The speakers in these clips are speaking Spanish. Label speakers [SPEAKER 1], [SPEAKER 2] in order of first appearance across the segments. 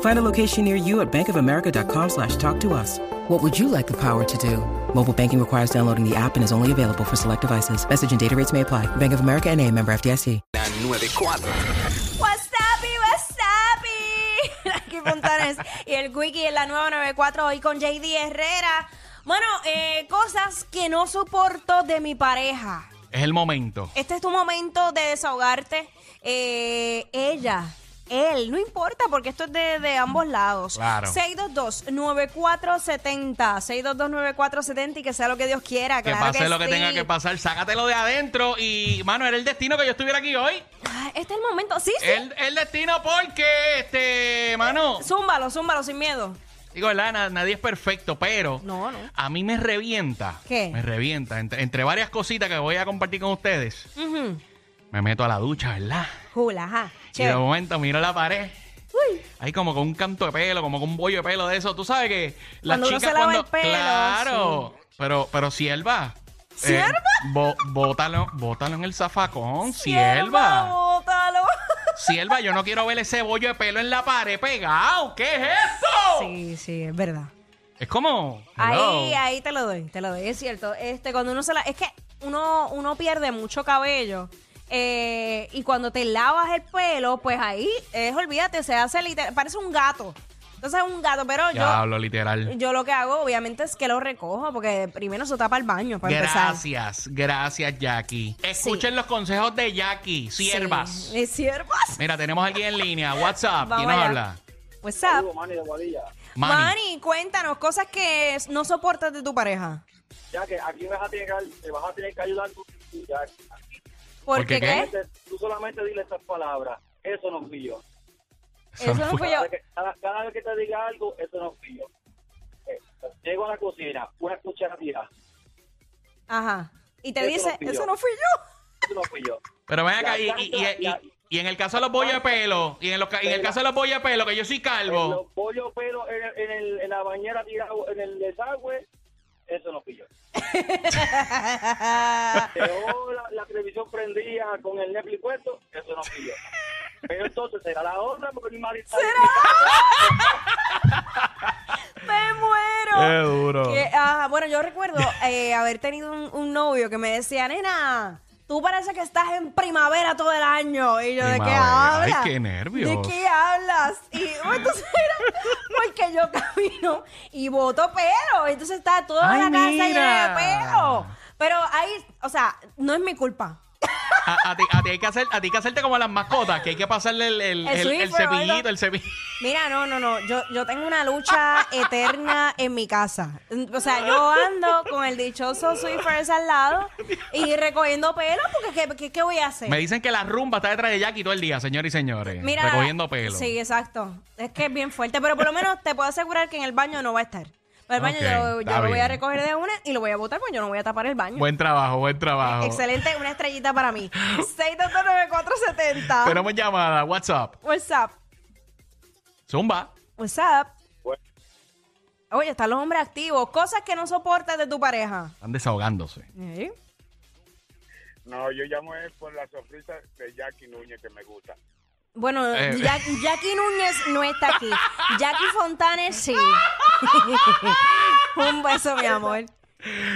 [SPEAKER 1] Find a location near you at bankofamerica.com slash talk to us. What would you like the power to do? Mobile banking requires downloading the app and is only available for select devices. Message and data rates may apply. Bank of America and a member FDIC.
[SPEAKER 2] La 94.
[SPEAKER 3] Wasabi, wasabi. Aquí Fontanes y el Wiki en la nueva 94 hoy con JD Herrera. Bueno, eh, cosas que no soporto de mi pareja.
[SPEAKER 4] Es el momento.
[SPEAKER 3] Este es tu momento de desahogarte. Eh, ella, él, no importa porque esto es de, de ambos lados.
[SPEAKER 4] Claro.
[SPEAKER 3] 622-9470. 622-9470 y que sea lo que Dios quiera.
[SPEAKER 4] Que
[SPEAKER 3] claro
[SPEAKER 4] pase lo que
[SPEAKER 3] sí.
[SPEAKER 4] tenga que pasar, sácatelo de adentro y, mano, era el destino que yo estuviera aquí hoy.
[SPEAKER 3] Ah, Este es el momento. Sí, Eh, sí.
[SPEAKER 4] El, el destino porque, este, mano,
[SPEAKER 3] Zúmbalo, zúmbalo sin miedo.
[SPEAKER 4] digo, ¿verdad? Na- nadie es perfecto, pero
[SPEAKER 3] No, no.
[SPEAKER 4] a mí me revienta.
[SPEAKER 3] ¿Qué?
[SPEAKER 4] Me revienta. Entre, entre varias cositas que voy a compartir con ustedes,
[SPEAKER 3] Ujú.
[SPEAKER 4] me meto a la ducha, ¿verdad?
[SPEAKER 3] Jula, ajá.
[SPEAKER 4] Y de
[SPEAKER 3] Chévere.
[SPEAKER 4] momento miro la pared. Ahí como con un canto de pelo, como con un bollo de pelo de eso. Tú sabes que las
[SPEAKER 3] Cuando uno
[SPEAKER 4] chicas
[SPEAKER 3] se lava
[SPEAKER 4] cuando-
[SPEAKER 3] el pelo,
[SPEAKER 4] claro, pero pero sierva. eh,
[SPEAKER 3] ¿Sierva?
[SPEAKER 4] bo- bótalo, bótalo en el zafacón,
[SPEAKER 3] Sierva,
[SPEAKER 4] sierva.
[SPEAKER 3] bótalo.
[SPEAKER 4] Sierva, yo no quiero ver ese bollo de pelo en la pared pegado. ¿Qué es eso?
[SPEAKER 3] Sí, sí, es verdad.
[SPEAKER 4] Es como hello.
[SPEAKER 3] Ahí, ahí te lo doy, te lo doy, es cierto. Este, cuando uno se la, es que uno, uno pierde mucho cabello. eh, y cuando te lavas el pelo, pues ahí es, olvídate, se hace literal, parece un gato. Entonces es un gato, pero yo,
[SPEAKER 4] Ya hablo literal.
[SPEAKER 3] yo lo que hago, obviamente, es que lo recojo, porque primero se tapa el baño para empezar.
[SPEAKER 4] Gracias, gracias, Jackie. Escuchen los consejos de Jackie, siervas.
[SPEAKER 3] Sí. Eh, Siervas.
[SPEAKER 4] Mira, tenemos alguien en línea. WhatsApp,
[SPEAKER 3] Vamos
[SPEAKER 4] ¿quién nos
[SPEAKER 3] allá.
[SPEAKER 4] habla?
[SPEAKER 3] What's up?
[SPEAKER 5] Manny de Guadilla.
[SPEAKER 4] Uh,
[SPEAKER 3] Pues,
[SPEAKER 4] Manny.
[SPEAKER 3] ah, Manny, cuéntanos cosas que no soportas de tu pareja.
[SPEAKER 5] Ya que aquí vas a tener que, te vas a tener que ayudar tú. y ya.
[SPEAKER 3] ¿Por
[SPEAKER 4] Porque
[SPEAKER 3] qué
[SPEAKER 4] qué?
[SPEAKER 3] qué?
[SPEAKER 5] Tú solamente dile esas palabras. Eso no fui yo.
[SPEAKER 3] Eso no fui yo.
[SPEAKER 5] Cada, vez que- cada- cada vez que te diga algo, eso no fui yo. Eh, llego a la cocina, una cuchara tirada.
[SPEAKER 3] Ajá. Y te
[SPEAKER 5] Eso
[SPEAKER 3] dice,
[SPEAKER 5] no fui yo.
[SPEAKER 3] eso no fui yo.
[SPEAKER 5] Eso no fui yo.
[SPEAKER 4] Pero ven acá,
[SPEAKER 5] La
[SPEAKER 4] y, y- y-
[SPEAKER 5] cancha,
[SPEAKER 4] y-
[SPEAKER 5] la-
[SPEAKER 4] y en el caso de los bollos de pelo, y en, los ca- y en el
[SPEAKER 5] Pero-
[SPEAKER 4] caso de los bollos de pelo, que yo soy
[SPEAKER 5] En
[SPEAKER 4] calvo,
[SPEAKER 5] Los pollos pelos en, el- en el- en la bañera tirado en el desagüe, eso no fui yo. Dejó la, la televisión prendida con el Netflix puesto, eso no fui yo. Pero entonces será la otra porque mi marido está en mi casa.
[SPEAKER 3] Me muero.
[SPEAKER 4] duro.
[SPEAKER 3] Que, ajá, bueno, yo recuerdo eh, haber tenido un, un novio que me decía, nena, tú parece que estás en primavera todo el año. Y yo, ¿de qué
[SPEAKER 4] Primavera. Ay,
[SPEAKER 3] hablas?
[SPEAKER 4] qué nervios.
[SPEAKER 3] ¿De qué hablas? Y bueno, entonces era porque yo camino y boto pelo. Entonces está toda
[SPEAKER 4] Ay,
[SPEAKER 3] la casa llena de
[SPEAKER 4] mira.
[SPEAKER 3] pelo. Pero ahí, o sea, no es mi culpa.
[SPEAKER 4] A, a ti, a ti hay que hacer, a ti hay que hacerte como las mascotas, que hay que pasarle el, el-
[SPEAKER 3] El
[SPEAKER 4] el- el
[SPEAKER 3] Swiffer, ¿verdad?
[SPEAKER 4] cepillito, el cepillito.
[SPEAKER 3] Mira, no, no, no. Yo, yo tengo una lucha eterna en mi casa. O sea, yo ando con el dichoso Swiffer al lado y recogiendo pelo porque ¿qué, qué, qué voy a hacer?
[SPEAKER 4] Me dicen que la rumba está detrás de Jackie todo el día, señores y señores.
[SPEAKER 3] Mira,
[SPEAKER 4] recogiendo pelo.
[SPEAKER 3] Sí, exacto. Es que es bien fuerte, pero por lo menos te puedo asegurar que en el baño no va a estar. Pero el baño
[SPEAKER 4] Ok,
[SPEAKER 3] yo, lo- yo
[SPEAKER 4] está
[SPEAKER 3] lo voy a
[SPEAKER 4] bien. Pues,
[SPEAKER 3] recoger de una y lo voy a botar porque yo no voy a tapar el baño.
[SPEAKER 4] Buen trabajo, buen trabajo.
[SPEAKER 3] Excelente, una estrellita para mí. 6229470.
[SPEAKER 4] Tenemos llamada, WhatsApp.
[SPEAKER 3] What's up?
[SPEAKER 4] Zumba.
[SPEAKER 3] What's up?
[SPEAKER 5] Bueno.
[SPEAKER 3] Oye, están los hombres activos. Cosas que no soportas de tu pareja.
[SPEAKER 4] Están desahogándose.
[SPEAKER 3] ¿Eh?
[SPEAKER 6] No, yo llamo es por la sonrisa de Jackie Núñez que me gusta.
[SPEAKER 3] Bueno,
[SPEAKER 4] Eh.
[SPEAKER 3] Ya- Jackie Núñez no está aquí. Jackie Fontanes sí. Un beso, mi amor.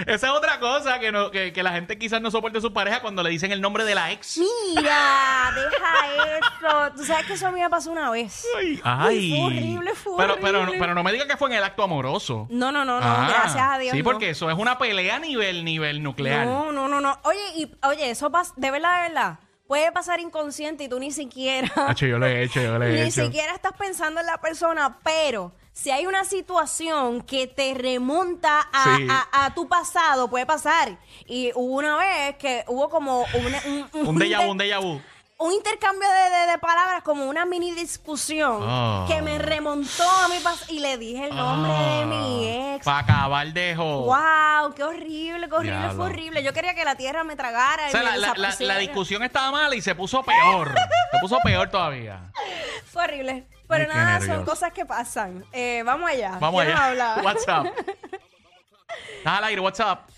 [SPEAKER 4] Esa es otra cosa que, no- que, que la gente quizás no soporte a su pareja cuando le dicen el nombre de la ex.
[SPEAKER 3] Mira, deja eso. Tú sabes que eso a mí me pasó una vez.
[SPEAKER 4] Ay,
[SPEAKER 3] fue horrible, fue
[SPEAKER 4] pero, pero, no-
[SPEAKER 3] horrible.
[SPEAKER 4] pero no me digas que fue en el acto amoroso.
[SPEAKER 3] No, no, no, no.
[SPEAKER 4] Ah,
[SPEAKER 3] gracias a Dios.
[SPEAKER 4] Sí,
[SPEAKER 3] no.
[SPEAKER 4] porque eso es una pelea a nivel, nivel nuclear.
[SPEAKER 3] No, no, no, no. Oye, y, oye, eso pasa, de verdad, de verdad. puede pasar inconsciente y tú ni siquiera.
[SPEAKER 4] Hacho, yo lo he hecho, yo lo he
[SPEAKER 3] Ni
[SPEAKER 4] hecho.
[SPEAKER 3] siquiera estás pensando en la persona, pero si hay una situación que te remonta a,
[SPEAKER 4] Sí.
[SPEAKER 3] a- a tu pasado, puede pasar. Y hubo una vez que hubo como una- un,
[SPEAKER 4] Un déjà vu,
[SPEAKER 3] inter-
[SPEAKER 4] un déjà vu.
[SPEAKER 3] un intercambio de, de- de palabras, como una mini discusión,
[SPEAKER 4] Ah.
[SPEAKER 3] que me remontó a mi pasado y le dije el nombre
[SPEAKER 4] Ah.
[SPEAKER 3] de mi ex.
[SPEAKER 4] Para acabar de jo.
[SPEAKER 3] ¡Wow! ¡Qué horrible! ¡Qué horrible!
[SPEAKER 4] Diablo.
[SPEAKER 3] ¡Fue horrible! Yo quería que la tierra me tragara.
[SPEAKER 4] O
[SPEAKER 3] y
[SPEAKER 4] sea,
[SPEAKER 3] me
[SPEAKER 4] la, la- la- la
[SPEAKER 3] desapareciera.
[SPEAKER 4] discusión estaba mala y se puso peor. Se puso peor todavía.
[SPEAKER 3] Fue horrible. Pero
[SPEAKER 4] Ay, qué
[SPEAKER 3] nada, son
[SPEAKER 4] nervios.
[SPEAKER 3] cosas que pasan. Eh, vamos allá.
[SPEAKER 4] Vamos
[SPEAKER 3] ¿Quién nos
[SPEAKER 4] allá.
[SPEAKER 3] habla?
[SPEAKER 4] WhatsApp. Estás al aire, WhatsApp.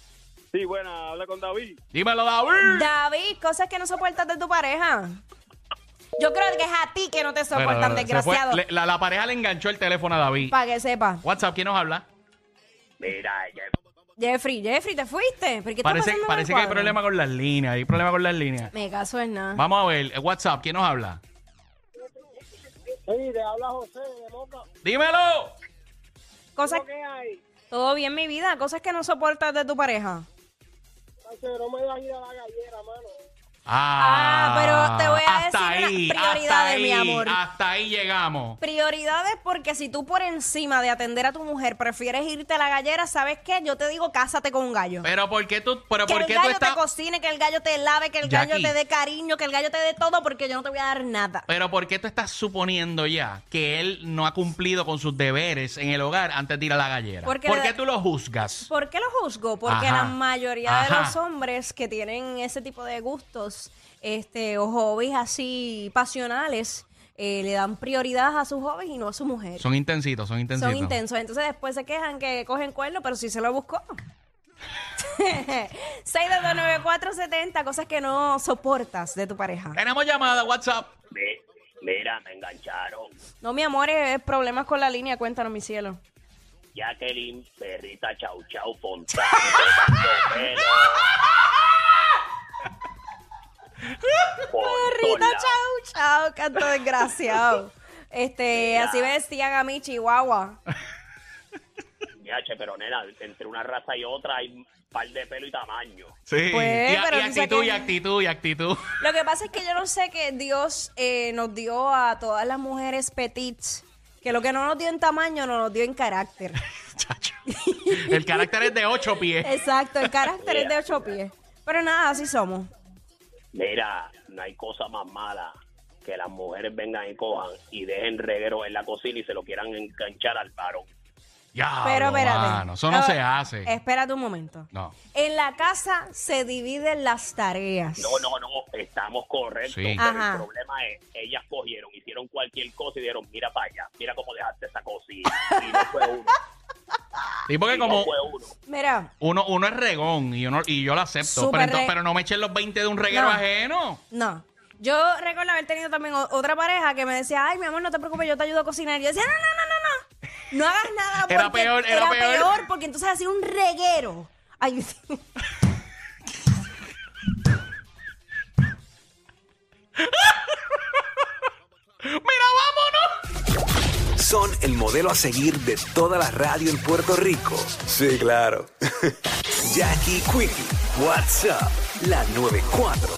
[SPEAKER 5] Sí, buena, habla con David.
[SPEAKER 4] Dímelo, David.
[SPEAKER 3] David, cosas que no soportas de tu pareja. Yo creo que es a ti que no te
[SPEAKER 4] Bueno,
[SPEAKER 3] soportan,
[SPEAKER 4] se fue.
[SPEAKER 3] desgraciado.
[SPEAKER 4] Le- la, la pareja le enganchó el teléfono a David.
[SPEAKER 3] Para que sepa.
[SPEAKER 4] WhatsApp, ¿quién nos habla?
[SPEAKER 3] Jeffrey, Jeffrey, te fuiste. ¿Por qué está
[SPEAKER 4] Parece,
[SPEAKER 3] pasando en el
[SPEAKER 4] parece que hay
[SPEAKER 3] cuadro?
[SPEAKER 4] problema con las líneas. Hay problema con las líneas.
[SPEAKER 3] Me caso en nada.
[SPEAKER 4] Vamos a ver. eh, WhatsApp, ¿quién nos habla?
[SPEAKER 5] Sí, te habla José de Boca.
[SPEAKER 4] Dímelo.
[SPEAKER 3] Cosas,
[SPEAKER 5] ¿Qué hay?
[SPEAKER 3] todo bien, mi vida. Cosas que no soportas de tu pareja.
[SPEAKER 5] no me a ir a la gallera, mano.
[SPEAKER 3] Ah,
[SPEAKER 4] Ah,
[SPEAKER 3] pero te voy a
[SPEAKER 4] hasta
[SPEAKER 3] decir una-
[SPEAKER 4] hasta
[SPEAKER 3] prioridades, mi
[SPEAKER 4] ahí,
[SPEAKER 3] amor.
[SPEAKER 4] Hasta ahí llegamos.
[SPEAKER 3] Prioridades porque si tú por encima de atender a tu mujer prefieres irte a la gallera, ¿sabes qué? Yo te digo, cásate con un gallo.
[SPEAKER 4] Pero ¿por qué tú, pero
[SPEAKER 3] que
[SPEAKER 4] por
[SPEAKER 3] el
[SPEAKER 4] qué
[SPEAKER 3] gallo
[SPEAKER 4] tú estás,
[SPEAKER 3] te cocine, que el gallo te lave, que el
[SPEAKER 4] Jackie.
[SPEAKER 3] gallo te dé cariño, que el gallo te dé todo porque yo no te voy a dar nada.
[SPEAKER 4] pero por qué tú estás suponiendo ya que él no ha cumplido con sus deberes en el hogar antes de ir a la gallera?
[SPEAKER 3] Porque
[SPEAKER 4] ¿Por
[SPEAKER 3] le-
[SPEAKER 4] qué tú lo juzgas?
[SPEAKER 3] ¿Por qué lo juzgo? Porque
[SPEAKER 4] Ajá.
[SPEAKER 3] la mayoría de
[SPEAKER 4] Ajá.
[SPEAKER 3] los hombres que tienen ese tipo de gustos este, o hobbies así pasionales eh, le dan prioridad a sus hobbies y no a su mujer.
[SPEAKER 4] Son intensitos, son intensitos.
[SPEAKER 3] Son intensos. Entonces después se quejan que cogen cuerno, pero sí se lo buscó. 6229470, cosas que no soportas de tu pareja.
[SPEAKER 4] Tenemos llamada WhatsApp.
[SPEAKER 2] Mira, me engancharon.
[SPEAKER 3] No, mi amor, es problemas con la línea, cuéntanos, mi cielo.
[SPEAKER 2] Jacqueline, perrita, chau, chau, Fontana. besando pelo. Por todos
[SPEAKER 3] Perrita,
[SPEAKER 2] lados.
[SPEAKER 3] chau, chau, canto desgraciado. Este, así vestían a mi chihuahua.
[SPEAKER 2] Ya, che, pero nena, entre una raza y otra hay un par de pelo y tamaño.
[SPEAKER 4] Sí.
[SPEAKER 3] Pues,
[SPEAKER 4] y, a-
[SPEAKER 3] pero
[SPEAKER 4] y
[SPEAKER 3] tú sabes
[SPEAKER 4] actitud,
[SPEAKER 3] que-
[SPEAKER 4] y actitud, y actitud.
[SPEAKER 3] Lo que pasa es que yo no sé que Dios eh, nos dio a todas las mujeres petites, que lo que no nos dio en tamaño, nos lo dio en carácter.
[SPEAKER 4] Chacho. El carácter es de ocho pies.
[SPEAKER 3] Exacto, el carácter es de ocho pies. Pero nada, así somos.
[SPEAKER 2] Mira, no hay cosa más mala que las mujeres vengan y cojan y dejen reguero en la cocina y se lo quieran enganchar al varón.
[SPEAKER 4] Ya,
[SPEAKER 3] Pero espérate.
[SPEAKER 4] Ah, eso no
[SPEAKER 3] Ah,
[SPEAKER 4] se hace.
[SPEAKER 3] Espérate un momento.
[SPEAKER 4] No.
[SPEAKER 3] En la casa se dividen las tareas.
[SPEAKER 2] No, no, no, estamos correctos.
[SPEAKER 4] Sí.
[SPEAKER 2] Pero
[SPEAKER 3] Ajá.
[SPEAKER 2] el problema es, ellas cogieron, hicieron cualquier cosa y dijeron, mira para allá, mira cómo dejaste esa cocina. Y no fue uno,
[SPEAKER 4] Y porque
[SPEAKER 2] y no
[SPEAKER 4] como
[SPEAKER 2] fue uno.
[SPEAKER 3] Mira,
[SPEAKER 4] uno, uno es regón y yo, no- y yo lo acepto,
[SPEAKER 3] Súper
[SPEAKER 4] pero, entonces-
[SPEAKER 3] re-
[SPEAKER 4] pero no me echen los 20 de un reguero
[SPEAKER 3] No.
[SPEAKER 4] ajeno.
[SPEAKER 3] no. Yo recuerdo haber tenido también o- otra pareja que me decía, ay, mi amor, no te preocupes, yo te ayudo a cocinar. Y yo decía, no, no, no, no, no. No hagas nada.
[SPEAKER 4] Era
[SPEAKER 3] porque
[SPEAKER 4] peor, era peor.
[SPEAKER 3] porque entonces hacía un reguero. Ay,
[SPEAKER 7] Son el modelo a seguir de toda la radio en Puerto Rico. Sí, claro. Jackie Quickie, WhatsApp, la 94.